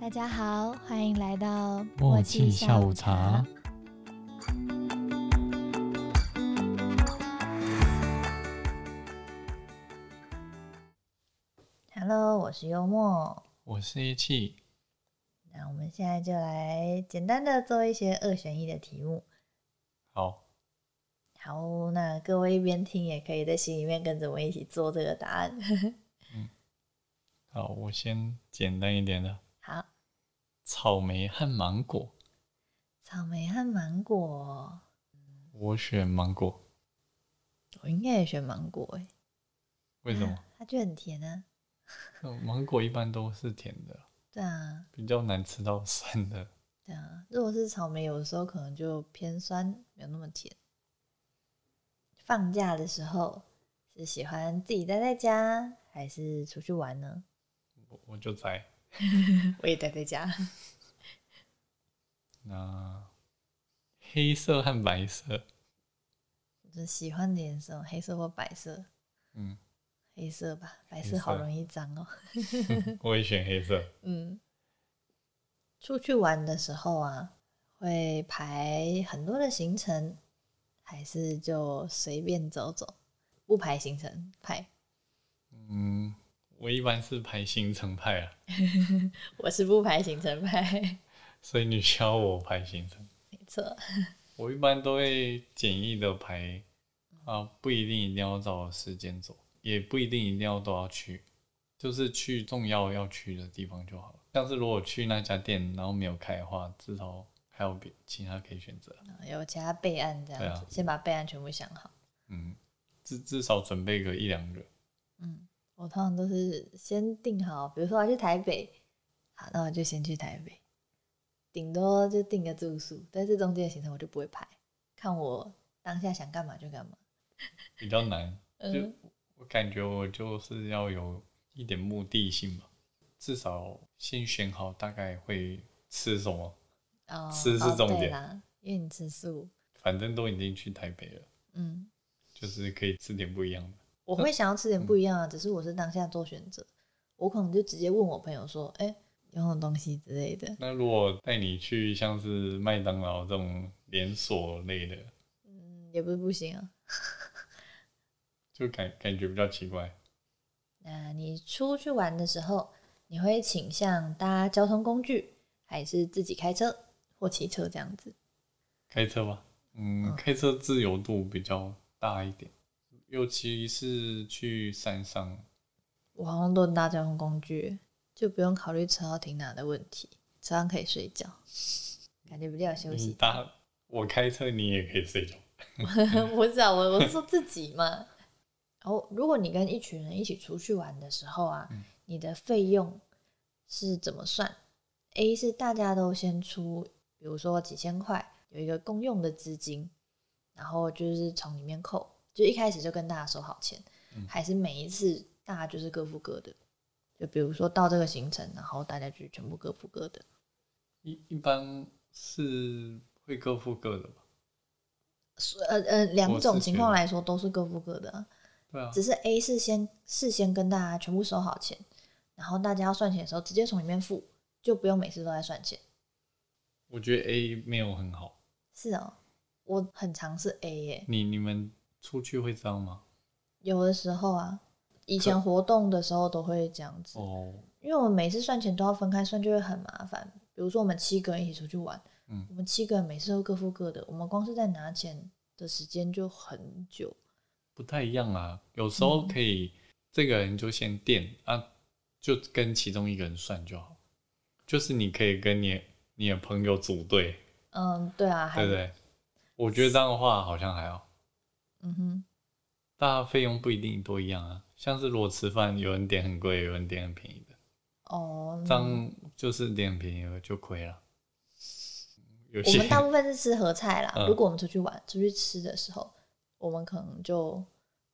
大家好，欢迎来到默契下午茶。 Hello，我是幽默。我是一气，那我们现在就来简单的做一些二选一的题目。好，好，那各位一边听也可以在心里面跟着我一起做这个答案。 好，我先简单一点的，好，草莓和芒果，草莓和芒果，我选芒果，我应该也选芒果哎，为什么？ 它就很甜啊。呃芒果一般都是甜的，对啊，比较难吃到酸的。对啊，如果是草莓，有的时候可能就偏酸，没有那么甜。放假的时候是喜欢自己待在家，还是出去玩呢？ 我我就在我也待在家。那黑色和白色，就是喜欢的颜色，黑色或白色，嗯，黑色吧，白黑色好色容易脏哦。 我也选黑色。嗯，出去玩的时候啊，会排很多的行程，还是就随便走走，不排行程，排嗯，我一般是排行程派啊， 我是不排行程派，所以你需要我排行程。没错。我一般都会简易的排，啊，不一定一定要照时间走，也不一定一定要都要去，就是去重要要去的地方就好了。像是如果去那家店，然后没有开的话，至少还有别其他可以选择。有其他备案这对样啊子，先把备案全部想好。嗯，至至少准备个一两个。嗯，我通常都是先定好，比如说我要去台北，好，那我就先去台北，顶多就定个住宿，但是中间的行程我就不会排，看我当下想干嘛就干嘛。比较难。就嗯，我感觉我就是要有一点目的性吧，至少先选好大概会吃什么，哦，吃是哦重对点啦，因为你吃素。反正都已经去台北了，嗯，就是可以吃点不一样的。我会想要吃嗯点不一样啊的，只是我是当下做选择，我可能就直接问我朋友说，哎、有没有东西之类的。那如果带你去像是麦当劳这种连锁类的，嗯，也不是不行啊。就感感觉比较奇怪。那你出去玩的时候，你会倾向搭交通工具，还是自己开车或骑车这样子？开车吧，嗯，嗯开车自由度比较大一点，尤其是去山上，我好像都搭交通工具，就不用考虑车要停哪的问题，车上可以睡觉，感觉比较有休你息。搭我开车你也可以睡觉。 我知道，我我是说自己嘛。然后，如果你跟一群人一起出去玩的时候啊，嗯你的费用是怎么算？A 是大家都先出，比如说几千块，有一个公用的资金，然后就是从里面扣，就一开始就跟大家收好钱，嗯还是每一次大家就是各付各的？就比如说到这个行程，然后大家就全部各付各的。一一般是会各付各的吧？呃呃，两我种是情觉况得来说都是各付各的啊、对啊，只是 A 是先事先跟大家全部收好钱，然后大家要算钱的时候直接从里面付，就不用每次都在算钱。我觉得 A 没有很好。是哦，我很常是 A 耶，你你们出去会这样吗？有的时候啊，以前活动的时候都会这样子，哦，因为我们每次算钱都要分开算，就会很麻烦。比如说我们七个人一起出去玩，嗯我们七个人每次都各付各的，我们光是在拿钱的时间就很久。不太一样啊。有时嗯候可以，这个人就先垫啊，就跟其中一个人算就好。就是你可以跟你你的朋友组队，嗯，对啊，还对不对？我觉得这样的话好像还好，嗯哼，大家费用不一定都一样啊。像是如果吃饭，有人点很贵，有人点很便宜的。哦，这样就是点便宜了就亏了。有我些们大部分是吃合菜啦。嗯如果我们出去玩、出去吃的时候，我们可能就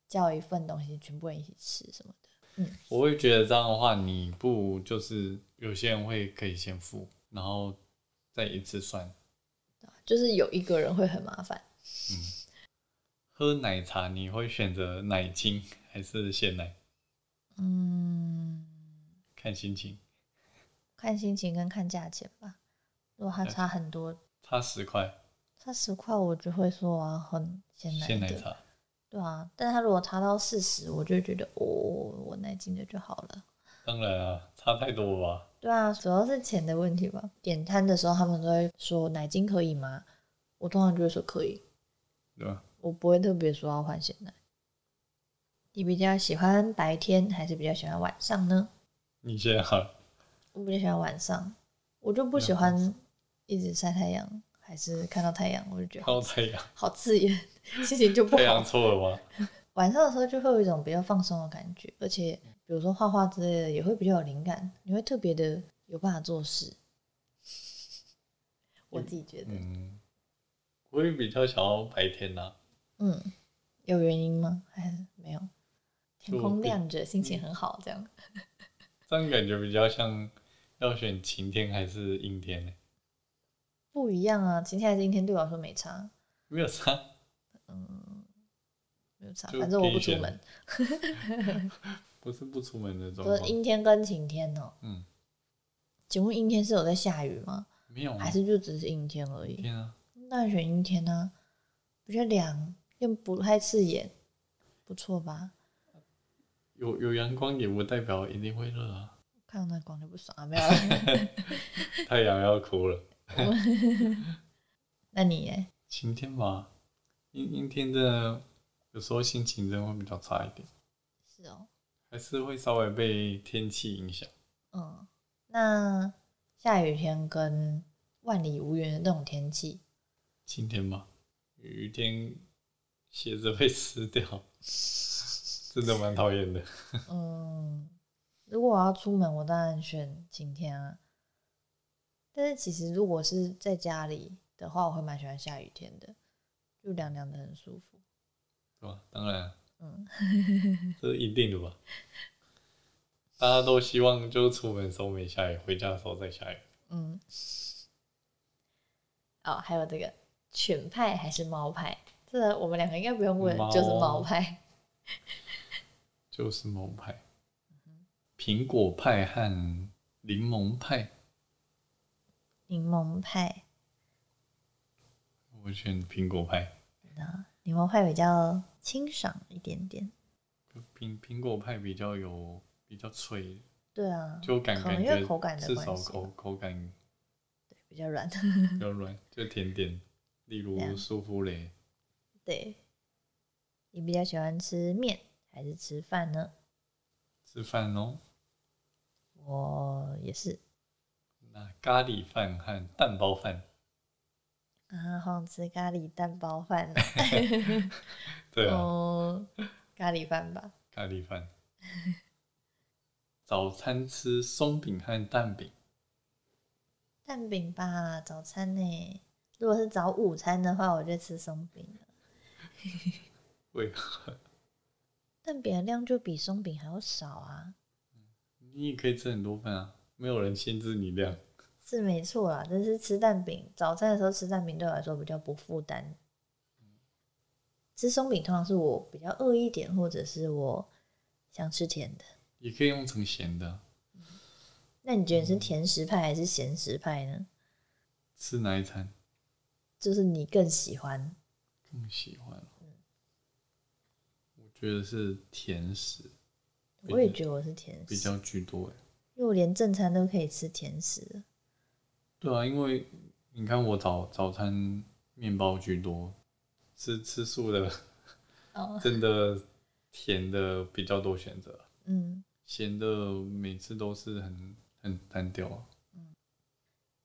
叫一份东西，全部人一起吃什么的。 我会觉得这样的话，你不如就是有些人会可以先付，然后再一次算。就是有一个人会很麻烦，嗯喝奶茶你会选择奶精还是鲜奶？嗯，看心情。看心情跟看价钱吧。如果它差很多，差十块，差十块，我就会说啊我要喝鲜奶鲜奶的，茶，对啊。但它如果差到四十，我就会觉得哦，我奶精的就好了。当然啊，差太多了吧？对啊，主要是钱的问题吧。点餐的时候，他们都会说奶精可以吗？我通常就会说可以，对吧？我不会特别说要换鲜奶。你比较喜欢白天还是比较喜欢晚上呢？你先啊，我比较喜欢晚上，我就不喜欢一直晒太阳，还是看到太阳，我就觉得好靠太阳，好刺眼， 心情就不太阳好。错了吗？晚上的时候就会有一种比较放松的感觉，而且比如说画画之类的也会比较有灵感，你会特别的有办法做事。我自己觉得，嗯，我也比较想要白天呐、嗯，有原因吗？还是没有？天就空比亮着，心情很好，这样。这样感觉比较像要选晴天还是阴天呢、不一样啊，晴天还是阴天对我来说没差，没有差，没有差，就反正我不可以出选门，不是不出门的状说况，阴天跟晴天哦、嗯，请问阴天是有在下雨吗？没有啊还是就只是阴天而已？天啊，那选阴天啊呢、比较凉，又不太刺眼，不错吧？有有阳光也不代表一定会热啊，看到那光就不爽啊，没有啦。 太阳要哭了，那你耶？晴天吧，阴阴天真的有时候心情真的会比较差一点，是哦，还是会稍微被天气影响。嗯，那下雨天跟万里无云的那种天气，晴天吧，雨天鞋子会湿掉，真的蛮讨厌的。嗯，如果我要出门，我当然选晴天啊。但是其实如果是在家里的话，我会蛮喜欢下雨天的，就凉凉的很舒服。对吧？当然，嗯，这是一定的吧。大家都希望就出门的时候没下雨，回家的时候再下雨。嗯，哦，还有这个犬派还是猫派？这个我们两个应该不用问，猫就是猫派。就是某派，苹果派和柠檬派，柠檬派，我选苹果派。柠檬派比较清爽一点点。苹苹果派比较有比较脆，对啊，就感可能感因为觉口感的至关少系口口感比较软。比较软，就甜点，对例如啊舒芙蕾。 对，你比较喜欢吃面还是吃饭呢？吃饭哦，我也是那咖喱饭和蛋包饭，啊，好想吃咖喱蛋包饭呢。 对啊，嗯，咖喱饭吧。咖喱饭。早餐吃松饼和蛋饼，蛋饼吧，早餐呢？如果是早午餐的话，我就吃松饼了。喂，蛋饼的量就比松饼还要少啊，你也可以吃很多份啊，没有人限制你量。是没错啦。但是吃蛋饼，早餐的时候吃蛋饼对我来说比较不负担。吃松饼通常是我比较饿一点，或者是我想吃甜的。也可以用成咸的啊，那你觉得你是嗯甜食派还是咸食派呢？吃哪一餐就是你更喜欢更喜欢哦？嗯我觉得是甜食比我也较觉得我是甜比食，较居多欸诶。因为我连正餐都可以吃甜食了。对啊，因为你看我早早餐面包居多，吃吃素的 哦，真的甜的比较多选择，嗯，咸的每次都是很很单调啊。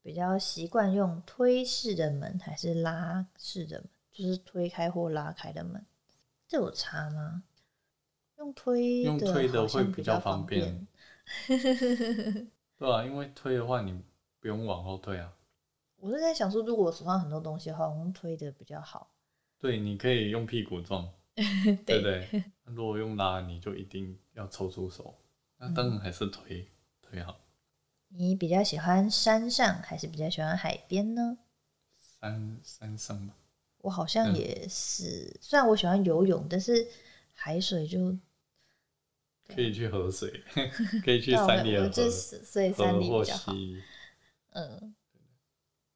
比较习惯用推式的门还是拉式的门，就是推开或拉开的门，这有差吗？用推用推的好像会比比较方方便对啊，因为推的话你不用往后退啊，我是在想说，如果我手上很多东西的话，我用推的比较好。对，你可以用屁股撞，对不对？ 如果用拉，你就一定要抽出手，那当然还是推、推好。你比较喜欢山上还是比较喜欢海边呢？山山上吧，我好像嗯也是，虽然我喜欢游泳，但是海水就可以去河水， 可以去啊但我山们我里的们就河是所以河山里或比较好。溪。嗯，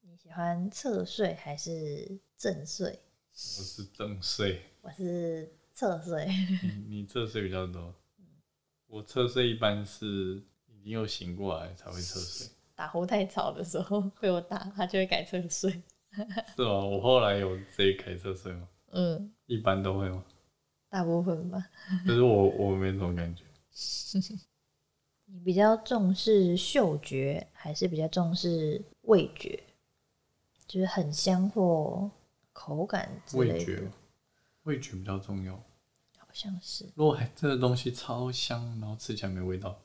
你喜欢侧睡还是正睡？我是正睡，我是侧睡， 你你侧睡比较多。我侧睡一般是已经有醒过来才会侧睡，打呼太吵的时候被我打，他就会改侧睡。是吗？我后来有自己开侧睡吗？嗯，一般都会吗？大部分吧。可是我我没什么感觉。你比较重视嗅觉，还是比较重视味觉？就是很香或口感之味类觉的吧，，味觉比较重要。好像是。如果还这个东西超香，然后吃起来没味道，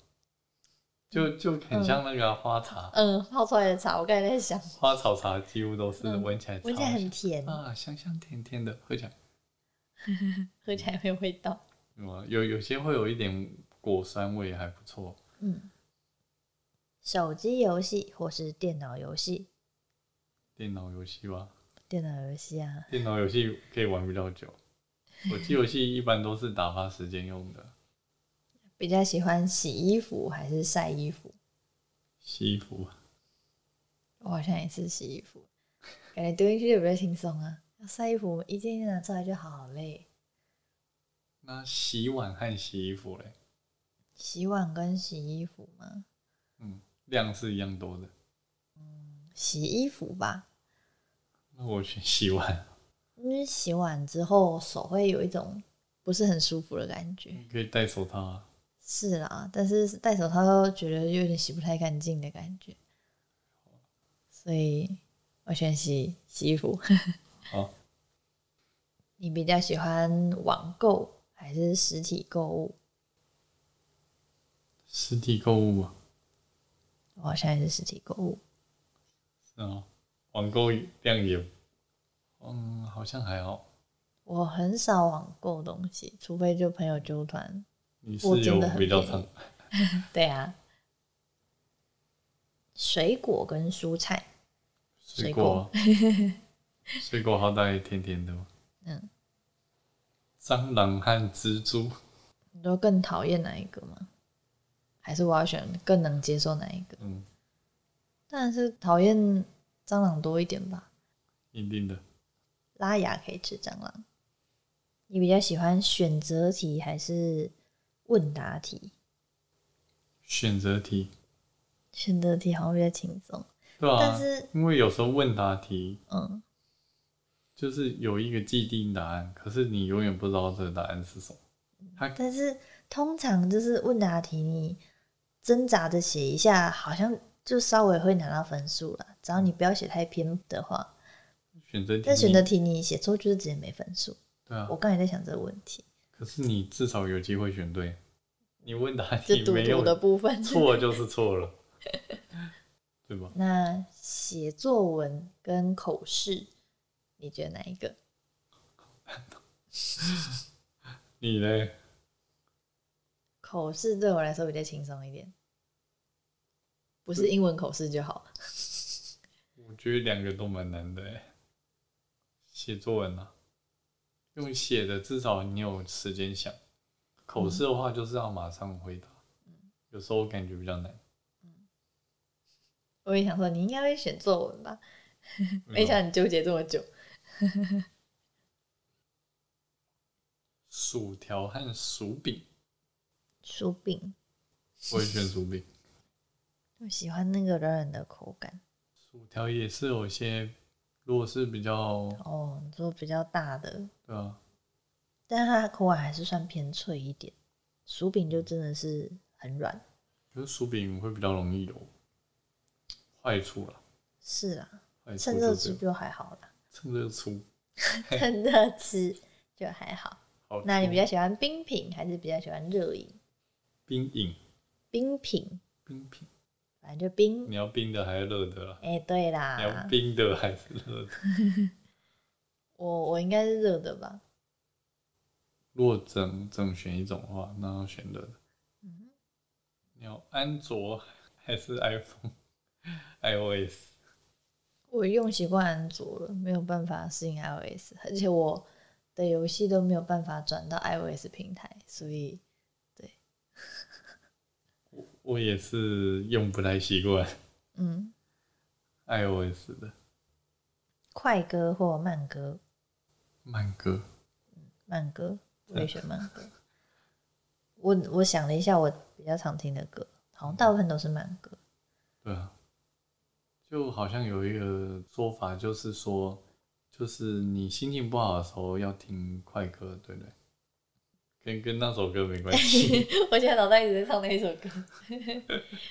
就就很像那个啊、花茶，嗯，泡出来的茶，我刚才在想，花草茶几乎都是嗯闻起来超闻起来很甜，啊，香香甜甜的，喝起来喝起来没有味道。有啊有有些会有一点果酸味，还不错。嗯，手机游戏或是电脑游戏，电脑游戏吧，电脑游戏啊，电脑游戏可以玩比较久，手机游戏一般都是打发时间用的，比较喜欢洗衣服还是晒衣服？洗衣服我好像也是洗衣服，感觉丢进去就比较轻松啊。要晒衣服，一件一件拿出来就好累。那洗碗和洗衣服嘞，洗碗跟洗衣服吗？嗯，量是一样多的。洗衣服吧，那我选洗碗，因为洗碗之后手会有一种不是很舒服的感觉。可以戴手套啊。是啦，但是戴手套又觉得有点洗不太干净的感觉，所以我选洗洗衣服。 好，你比较喜欢网购还是实体购物？实体购物啊嘛，我好像也是实体购物，是啊，网购量也，嗯，好像还好。我很少网购东西，除非就朋友纠团。你是我真有的很比较便宜常对啊，水果跟蔬菜，水水果，啊 水果好歹也甜甜的嘛。嗯，蟑螂和蜘蛛，你都更讨厌哪一个吗？还是我要选更能接受哪一个？嗯，当然是讨厌蟑螂多一点吧。一定的。拉雅可以吃蟑螂。你比较喜欢选择题还是问答题？选择题，选择题好像比较轻松，对吧、但是因为有时候问答题嗯，就是有一个既定答案，可是你永远不知道这个答案是什么。但是通常就是问答题，你挣扎着写一下，好像就稍微会拿到分数了。只要你不要写太偏的话，选择题但你，选择题你写错就是直接没分数。对嗯啊我，刚才在想这个问题，可是你至少有机会选对。你问答就题读没读的有部分。错就是错了， 对吧？那写作文跟口试，你觉得哪一个？你嘞，口试对我来说比较轻松一点，不是英文口试就好。我觉得两个都蛮难的欸。写作文啊，用写的至少你有时间想，口试的话就是要马上回答，嗯有时候我感觉比较难。我也想说，你应该会选作文吧？嗯没想到你纠结这么久。薯条和薯饼，薯饼，我也选薯饼。我喜欢那个软软的口感。薯条也是有一些，如果是比较哦，你说比较大的，对啊，但它的口感还是算偏脆一点。薯饼嗯就真的是很软。可是薯饼会比较容易有坏处啦，是啦，坏处趁热就吃是就还好 啦，趁热出。趁热吃就还好。好那你处比较喜欢冰品还是比较喜欢热饮？冰饮冰品，冰品，反正就冰。你要冰的还是热的啦？哎、对你要啦，冰的还是热的？我我应该是热的吧？如果整整选一种的话，那要选热的。嗯你要安卓还是 iPhone？iOS 我用习惯安卓了，没有办法适应 iOS，而且我的游戏都没有办法转到 iOS 平台，所以我也是用不太习惯嗯， iOS 的快歌或慢歌，慢歌，慢歌，我也选慢歌。我我想了一下，我比较常听的歌，好像大部分都是慢歌。对啊，就好像有一个说法，就是说，就是你心情不好的时候要听快歌，对不对？跟跟那首歌没关 系， 我现在脑袋一直在唱那一首歌，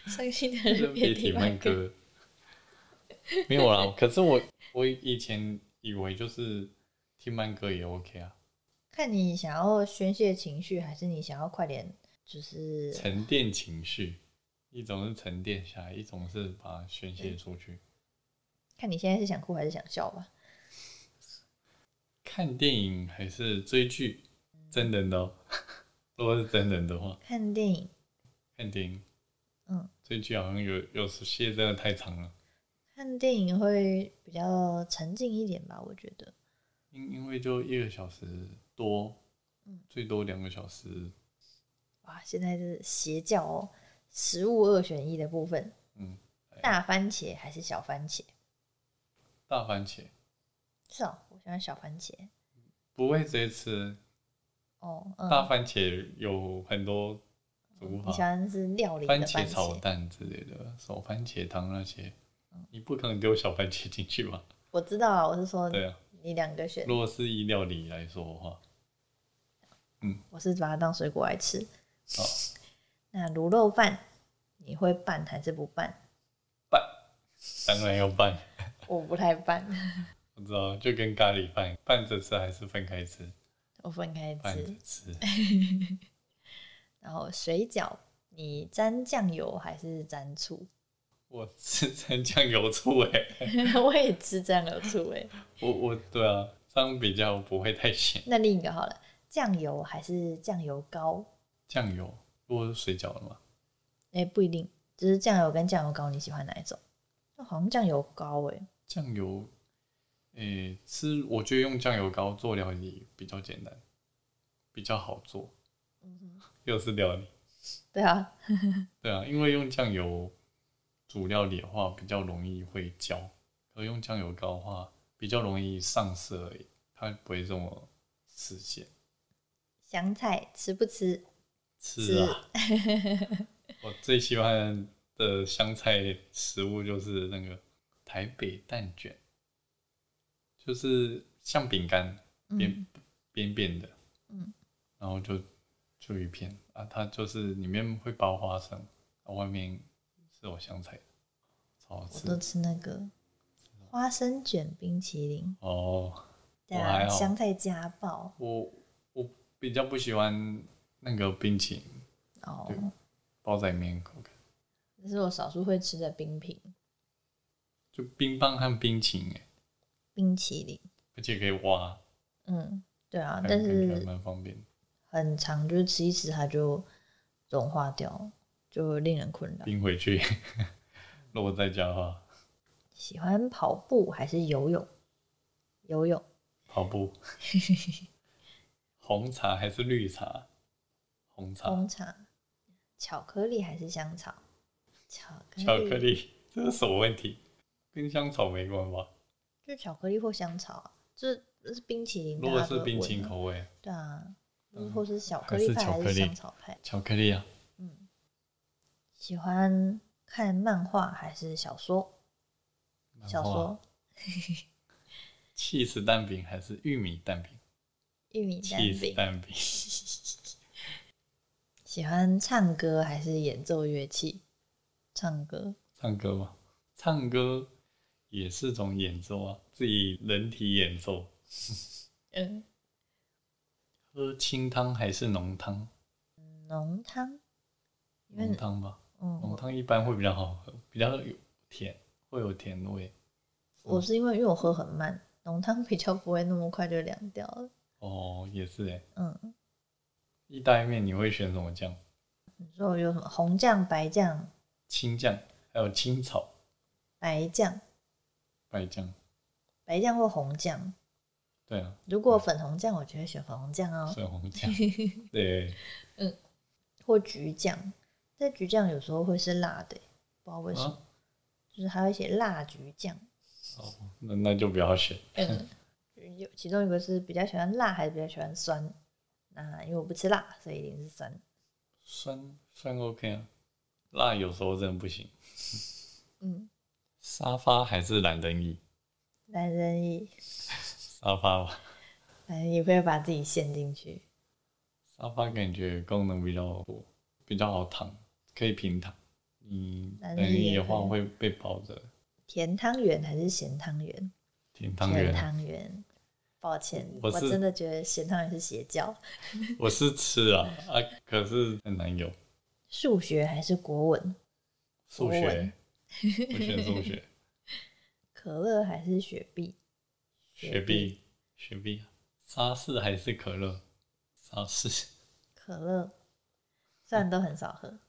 伤心的就人别别听听慢慢歌。歌。没有啦，可是我我以前以为就是听慢歌也 OK 啊，看你想要宣泄情绪，还是你想要快点，就是沉淀情绪，一种是沉淀下来，一种是把它宣泄出去。看你现在是想哭还是想笑吧。看电影还是追剧，真人的、哦，如果是真人的话，看电影，看电影。嗯，追剧好像有有时戏真的太长了，看电影会比较沉静一点吧，我觉得。因因为就一个小时多，最多两个小时，哇，现在是邪教哦，食物二选一的部分，嗯，哎大番茄还是小番茄？大番茄是哦，我喜欢小番茄。不会直接吃，哦，大嗯，番茄有很多煮你法喜，欢是料理的番番茄炒茄？蛋之类的，手番茄汤那些，你不可能丢小番茄进去吧？我知道啊，我是说对啊，你两个选，如果是以料理来说的话，我是把它当水果来吃。哦，那卤肉饭你会拌还是不拌？拌当然要拌。我不太拌，我知道，就跟咖喱饭拌着吃还是分开吃？我分开拌吃着。吃，然后水饺你沾酱油还是沾醋？我吃蘸酱油醋哎、 我也吃酱油醋诶。我我对啊，这样比较不会太咸。那另一个好了，酱油还是酱油膏？酱油，如果是水饺的嘛，哎、不一定，就是酱油跟酱油膏，你喜欢哪一种？那好像酱油膏哎、酱油，诶、吃我觉得用酱油膏做料理比较简单，比较好做。又是料理，对啊，对啊，因为用酱油煮料理的话比较容易会焦，而用酱油膏的话比较容易上色而已，它不会这么死咸。香菜吃不吃？吃啊！ 我最喜欢的香菜食物就是那个台北蛋卷，就是像饼干嗯扁扁扁的，嗯，然后就就一片啊，它就是里面会包花生，啊外面是有香菜的，超好我吃都吃那个花生卷冰淇淋，哦。对我还啊，好香菜加爆我我比较不喜欢那个冰淇淋哦，对包在里面口感，这是我少数会吃的冰品就冰棒和冰淇淋欸，冰淇淋。而且可以挖。嗯，对啊，还但感觉还是蛮方便的。很长，就是吃一吃它就融化掉，就令人困扰。冰回去， 如果在家的话，喜欢跑步还是游泳？游泳跑步。 红茶还是绿茶？红茶，红茶，巧克力还是香草？巧克力，巧克力，这是什么问题？跟香草没关吧？就巧克力或香草啊，这这是冰淇淋，如果大家都是会冰闻淇淋啊，口味，对啊，嗯或是巧克还力是派巧还克是力香草派？巧克力啊，嗯，喜欢看漫画还是小说？漫小画说，起司蛋饼还是玉米蛋饼？玉米蛋起司饼。蛋饼，喜欢唱歌还是演奏乐器？唱歌，唱歌吗？唱歌也是种演奏啊，自己人体演奏。嗯，喝清汤还是浓汤？浓汤，因为浓汤吧。嗯，浓我哦汤一般会比较好喝，比较有甜，会有甜味。我是因为因为我喝很慢，浓汤比较不会那么快就凉掉了。哦，也是哎。嗯，意大利面你会选什么酱？你说有什么红酱、白酱、青酱，还有青草、白酱、白酱。白酱或红酱？对啊，如果粉红酱，我就啊 会选粉红酱哦，粉红酱。对，或橘酱。这橘酱有时候会是辣的、不知道为什么，啊就是还会写辣橘酱。哦，那那就不要选。嗯，有其中一个是比较喜欢辣，还是比较喜欢酸？那因为我不吃辣，所以一定是酸。酸酸 OK 啊，辣有时候真的不行。嗯，沙发还是懒人椅，男人也，沙发吧，男人也会把自己陷进去。沙发感觉功能比较多，比较好躺，可以平躺。你懒懒人椅人椅也的话可以会被抱着，甜汤圆还是咸汤圆？挺当甜然。汤圆。抱歉，我我是真的觉得咸汤圆是邪教。我是吃啊啊，可是很难有数学还是国文？数国学文，我选数 学，可乐还是雪碧？雪碧，雪碧啊，沙士还是可乐，沙士，可乐，虽然都很少喝。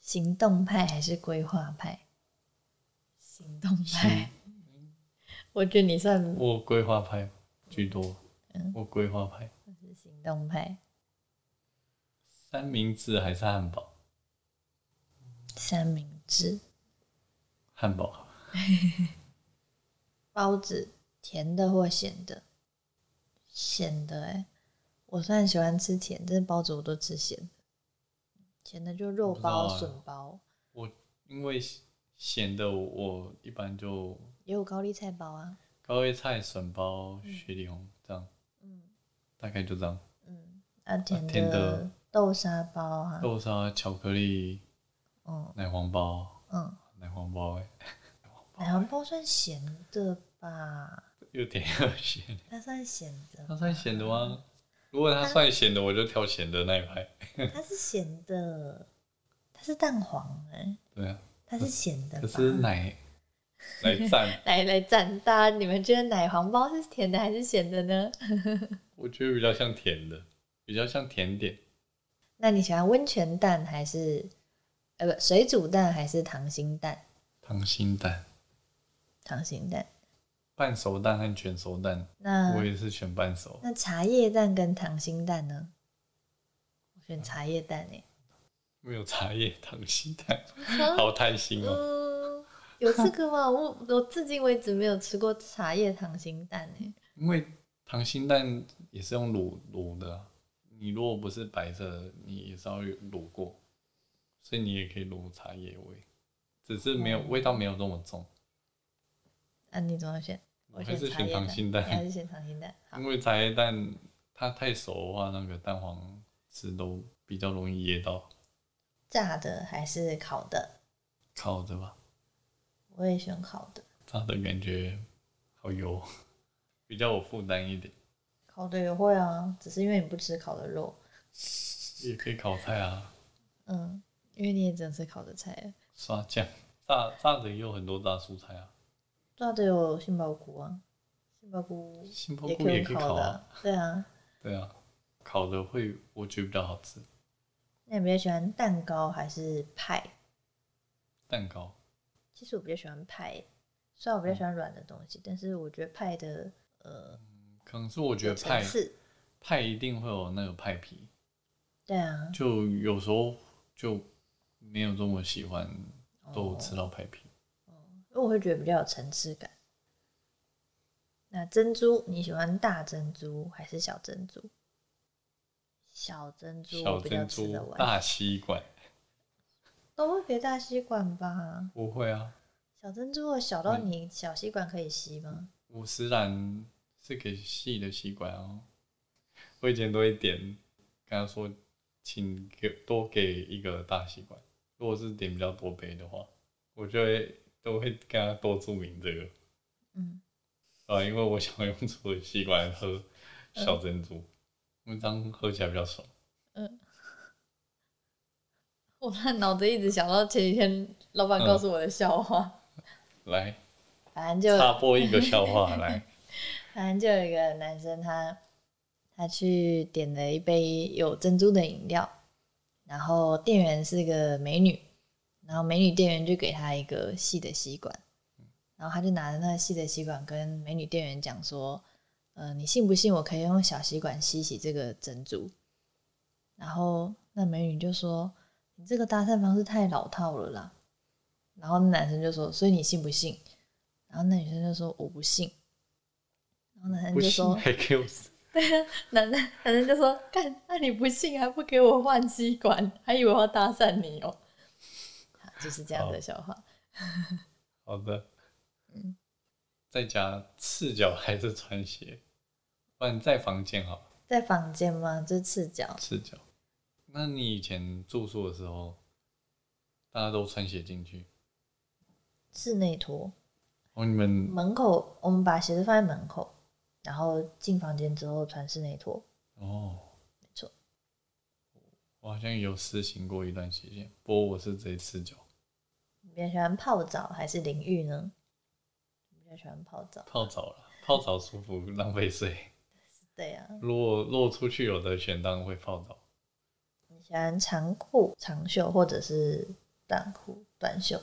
行动派还是规划派？行动派，我觉得你算我规划派居多嗯，我规划派。是行动派。三明治还是汉堡？三明治、汉堡，包子，甜的或咸的？咸的哎、我虽然喜欢吃甜，但是包子我都吃咸的。咸的就肉我不知道包、啊笋包，因为咸的我我一般就也有高丽菜包啊。高丽菜、笋包、雪里红这样，嗯大概就这样。嗯，啊甜甜的的豆沙包啊。豆沙、巧克力、嗯奶黄包，嗯。奶黄包欸奶黄包算咸的吧？ 又甜又咸，它算咸的，它算咸的吗？如果它算咸的，我就挑咸的那一派。它是咸的，它是蛋黄哎、对啊，它是咸的吧可是奶奶蘸， 来来赞大家，你们觉得奶黄包是甜的还是咸的呢？我觉得比较像甜的，比较像甜点。那你喜欢温泉蛋还是呃不水煮蛋还是溏心蛋？溏心蛋、溏心蛋。半熟蛋和全熟蛋，我那也是选半熟。那茶叶蛋跟溏心蛋呢？我选茶叶蛋哎、没有茶叶溏心蛋，好贪心哦、嗯，有这个吗？我我至今为止没有吃过茶叶溏心蛋哎、因为溏心蛋也是用卤卤的啊，你如果不是白色的，你也是要卤过，所以你也可以卤茶叶味，只是没有味道没有那么重。那、啊你怎么选？我还是茶选叶蛋，溏心你还蛋，嗯是选溏心蛋。好因，为茶叶蛋它太熟的话，那个蛋黄汁都比较容易噎到，炸的还是烤的？烤的吧，我也选烤的，炸的感觉好油， 比较有负担一点。烤的也会啊，只是因为你不吃烤的肉，也可以烤菜啊，嗯，因为你也只能吃烤的菜了。刷酱，炸炸的也有很多炸蔬菜啊。炸的有杏鲍菇啊，杏鲍菇杏鲍也菇可以也可以烤烤的啊，啊，对啊。对啊，烤的会我觉得比较好吃。那你比较喜欢蛋糕还是派？蛋糕其实我比较喜欢派，虽然我比较喜欢软的东嗯西，但是我觉得派的呃可能是我觉有得层派次，派一定会有那个派皮，对啊，就有时候就没有这么喜欢都吃哦到派皮。因为我会觉得比较有层次感。那珍珠，你喜欢大珍珠还是小珍珠？小珍珠我小比较珍吃珠得、完，大吸管，都会给大吸管吧。不会啊。小珍珠我小到嗯你小吸管可以吸吗？五十兰是给细的吸管哦。我以前都会点，跟他说，请给多给一个大吸管。如果是点比较多杯的话，我就会都会跟他多注明这个。嗯，啊，因为我想用粗的吸管喝嗯小珍珠，因为这样喝起来比较爽。 我那脑子一直想到前几天老板嗯告诉我的笑话，来，反正就插播一个笑话来， 反正就有一个男生他，他去点了一杯有珍珠的饮料，然后店员是个美女，然后美女店员就给他一个细的吸管，然后他就拿着那个细的吸管跟美女店员讲说：“呃，你信不信我可以用小吸管吸洗这个珍珠？”然后那美女就说：“你这个搭讪方式太老套了啦。”然后那男生就说：“所以你信不信？”然后那女生就说：“我不信。”然后男生不就信说还给我死，：“男男男生就说，干，那你不信啊还不给我换吸管，还以为我要搭讪你哦。”好就是这样的笑话。好的，嗯，在家赤脚还是穿鞋？不然在房间好了，在房间吗？就是赤脚，赤脚。那你以前住宿的时候，大家都穿鞋进去？室内拖。哦，你们门口，我们把鞋子放在门口，然后进房间之后穿室内拖。哦，没错。我好像有实行过一段时间，不过我是直接赤脚你比较喜欢泡澡还是淋浴呢？我比较喜欢泡澡。泡澡了，泡澡舒服，浪费水。对啊，如果如果出去有的选，当然会泡澡。你喜欢长裤、长袖或者是短裤、短袖？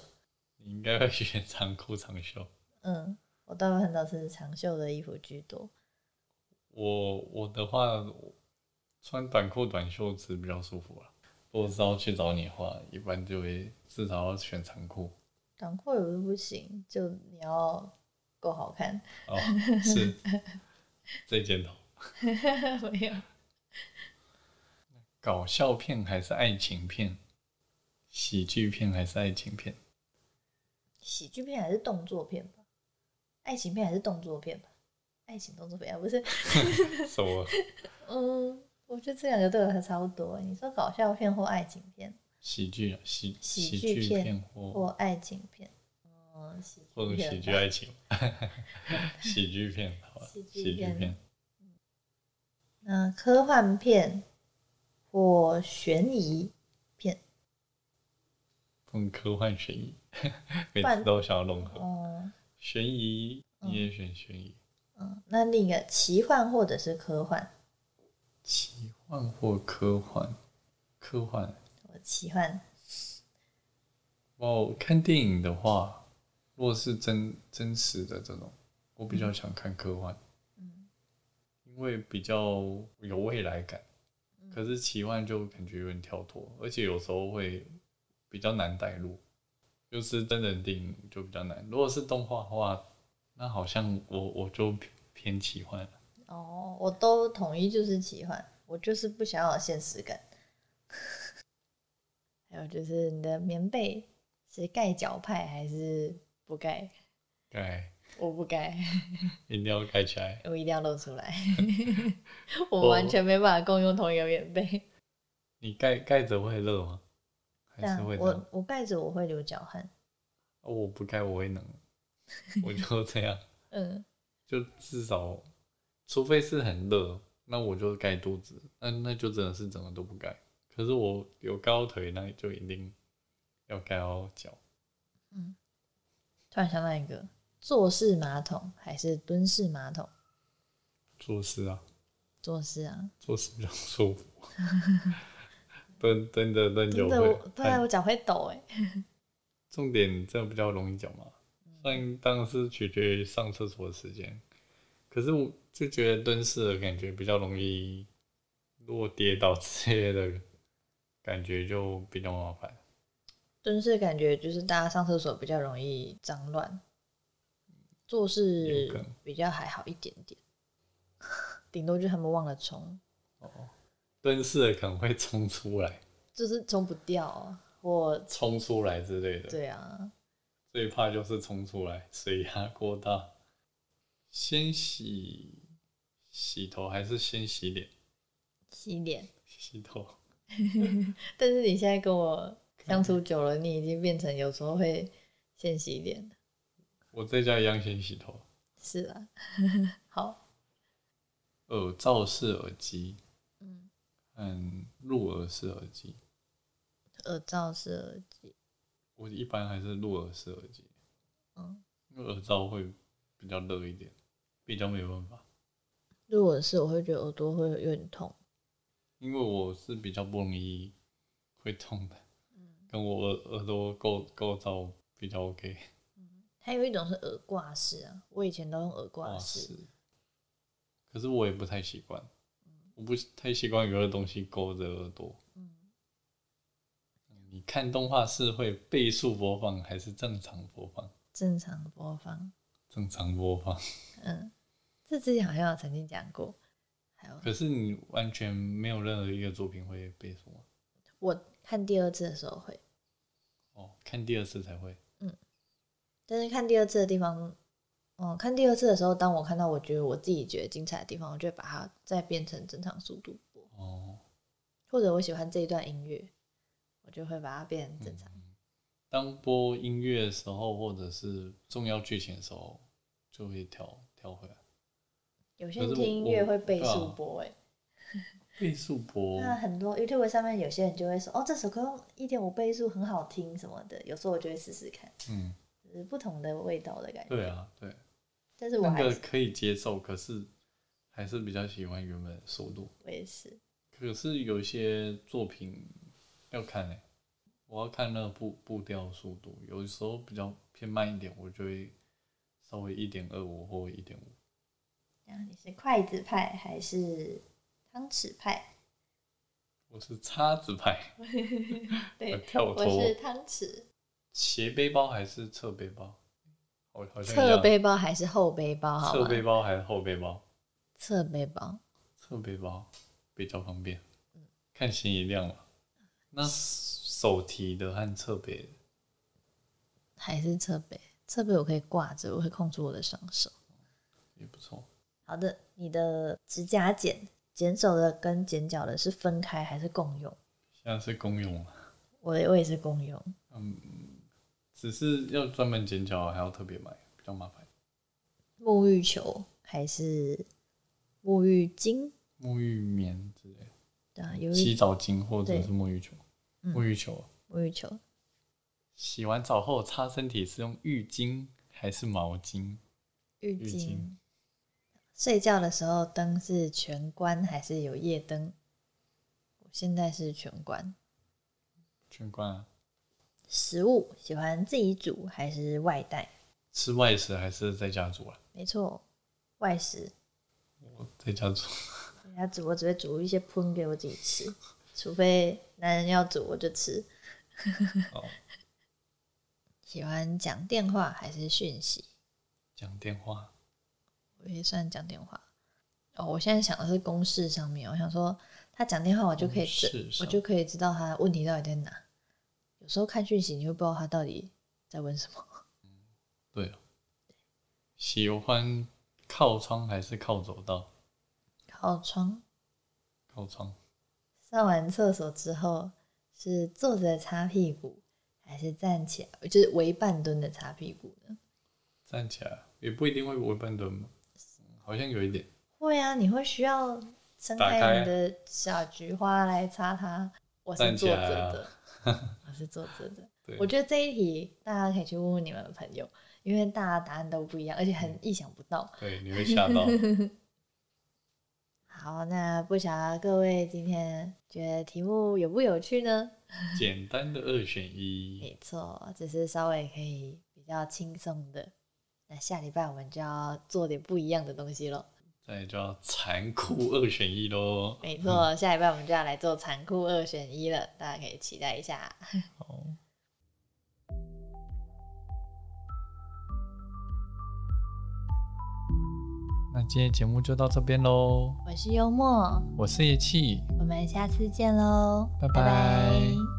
你应该会选长裤长袖。嗯，我大部分都是长袖的衣服居多。我我的话，我穿短裤短袖子比较舒服啊。如果是要去找你的话，一般就会至少要选长裤。短裤有的不行，就你要够好看。哦， 是这哦件头。 没有，搞笑片还是爱情片？喜剧片还是爱情片？喜剧片还是动作片吧？爱情片还是动作片吧？爱情动作片啊，不是什么嗯，我觉得这两个对我还差不多。你说搞笑片或爱情片喜剧啊喜喜喜剧剧片片或或爱情片，嗯，喜剧或者片喜剧吧爱情？ 喜剧片好吧，喜剧喜剧片片那科幻片或悬疑片，跟科幻悬疑， 每不然次都想要融合哦，悬疑，你也选悬疑。嗯，那另一个奇幻或者是科幻，奇幻或科幻？科幻。我奇幻哦，看电影的话，如果是真真实的这种，我比较想看科幻，嗯因为比较有未来感。可是奇幻就感觉有点跳脱，而且有时候会比较难带入，就是真人电影就比较难。如果是动画的话，那好像我我就偏奇幻了。哦，我都统一就是奇幻，我就是不想要有现实感。 还有就是你的棉被是盖脚派还是不盖？对，我不盖。一定要盖起来。 我一定要露出 来，我我们完全没办法共用同一个棉被。你盖盖着会热吗？还但是会冷啊我？我盖着我会流脚汗，哦我不盖我会冷，我就这样，嗯，就至少，除非是很热，那我就盖肚子，那那就真的是整个都不盖。可是我有盖到腿，那就一定要盖到脚。突然想到一个，坐式马桶还是蹲式马桶？做事啊，坐式啊，做事比较舒服。 蹲蹲着蹲真久的会我，对啊，太，我脚会抖哎、重点这样比较容易脚麻。虽然当然是取决于上厕所的时间，可是我就觉得蹲式的感觉比较容易落跌倒之类的感觉就比较麻烦。蹲式感觉就是大家上厕所比较容易脏乱，坐有可式能比较还好一点 点，顶多就是他们忘了冲，蹲式的可能会冲出来， 就是冲不掉、啊。我，冲出来之类的。对啊，最怕就是冲出来，水压过大。先洗洗头还是先洗脸？洗脸。洗头但是你现在跟我相处久了，你已经变成有时候会先洗脸了我在家一样先洗头。是啊， 好，耳罩式耳机，嗯，嗯，入耳式耳机，耳罩式耳机，我一般还是入耳式耳机，嗯，因为耳罩会比较热一点，比较没办法。如果是我会觉得耳朵会有点痛，因为我是比较不容易会痛的， 跟我耳耳朵构构造比较 OK。还有一种是耳挂式啊，我以前都用耳挂哇式，哦是，可是我也不太习惯，我不太习惯有的东西勾着耳朵。嗯，你看动画是会倍速播放还是正常播放？正常播放。正常播放。嗯，这之前好像有曾经讲过。还有，可是你完全没有任何一个作品会倍速吗？我看第二次的时候会，哦，看第二次才会。但是看第二次的地方，嗯，看第二次的时候，当我看到我觉得我自己觉得精彩的地方，我就会把它再变成正常速度播，哦，或者我喜欢这一段音乐，我就会把它变成正常。嗯当播音乐的时候，或者是重要剧情的时候，就会跳跳回来。有些可人是听我音我乐会倍对啊速播、欸，倍速播那很多 YouTube 上面有些人就会说，哦，这首歌用一点五倍速很好听什么的，有时候我就会试试看，嗯，就是不同的味道的感觉。对啊，对，但是我那还个是可以接受，可是还是比较喜欢原本的速度。我也是，可是有一些作品要看诶、我要看那个步步调速度，有的时候比较偏慢一点，我就会稍微一点二五或一点五。然后你是筷子派还是汤匙派？我是叉子派，对， 跳我是脱汤匙。斜背包还是侧背包？好，好像一侧样背包还是后背包？啊好侧吗？背包还是后背包？侧背包，侧背包比较方便，嗯看行李量嘛。那手提的和侧背的还是侧背？侧背我可以挂着，我会控制我的双手。也不错。好的，你的指甲剪剪手的跟剪脚的是分开还是共用？现在是公用啊，我我也是共用，只是要专门剪脚还要特别买，比较麻烦。沐浴球还是沐浴巾沐浴棉之类的，对啊，有洗一澡巾或者对是沐浴球。嗯沐浴球啊，沐浴球，洗完澡后擦身体是用浴巾还是毛巾？浴浴巾巾。睡觉的时候灯是全关还是有夜灯？我现在是全关。全关啊，食物喜欢自己煮还是外带？吃外食还是在家煮啊？没错，外食我在家煮，人家煮，我只会煮一些烹给我自己 吃，除非男人要煮我就吃。哦，喜欢讲电话还是讯息？讲电话。我也算讲电话。哦，我现在想的是公式上面，我想说他讲电话，我就可以知公式，我上就可以知道他问题到底在哪。有时候看讯息，你会不知道他到底在问什么。 对啊，喜欢靠窗还是靠走道？靠窗，靠窗，上完厕所之后是坐着擦屁股，还是站起来，就是围半蹲的擦屁股呢？站起来也不一定会围半蹲嘛，嗯好像有一点。会啊，你会需要撑打开啊开你的小菊花来擦它。我是站起坐来着啊 的，我是坐着的。对，我觉得这一题大家可以去问问你们的朋友，因为大家答案都不一样，而且很意想不到。对你会吓到。好，那不晓得各位今天觉得题目有不有趣呢？简单的二选一，没错，只是稍微可以比较轻松的。那下礼拜我们就要做点不一样的东西喽。再来就要残酷二选一喽。没嗯错，下礼拜我们就要来做残酷二选一了，大家可以期待一下。好，那今天节目就到这边喽。我是幽默，我是叶气，我们下次见喽，拜拜拜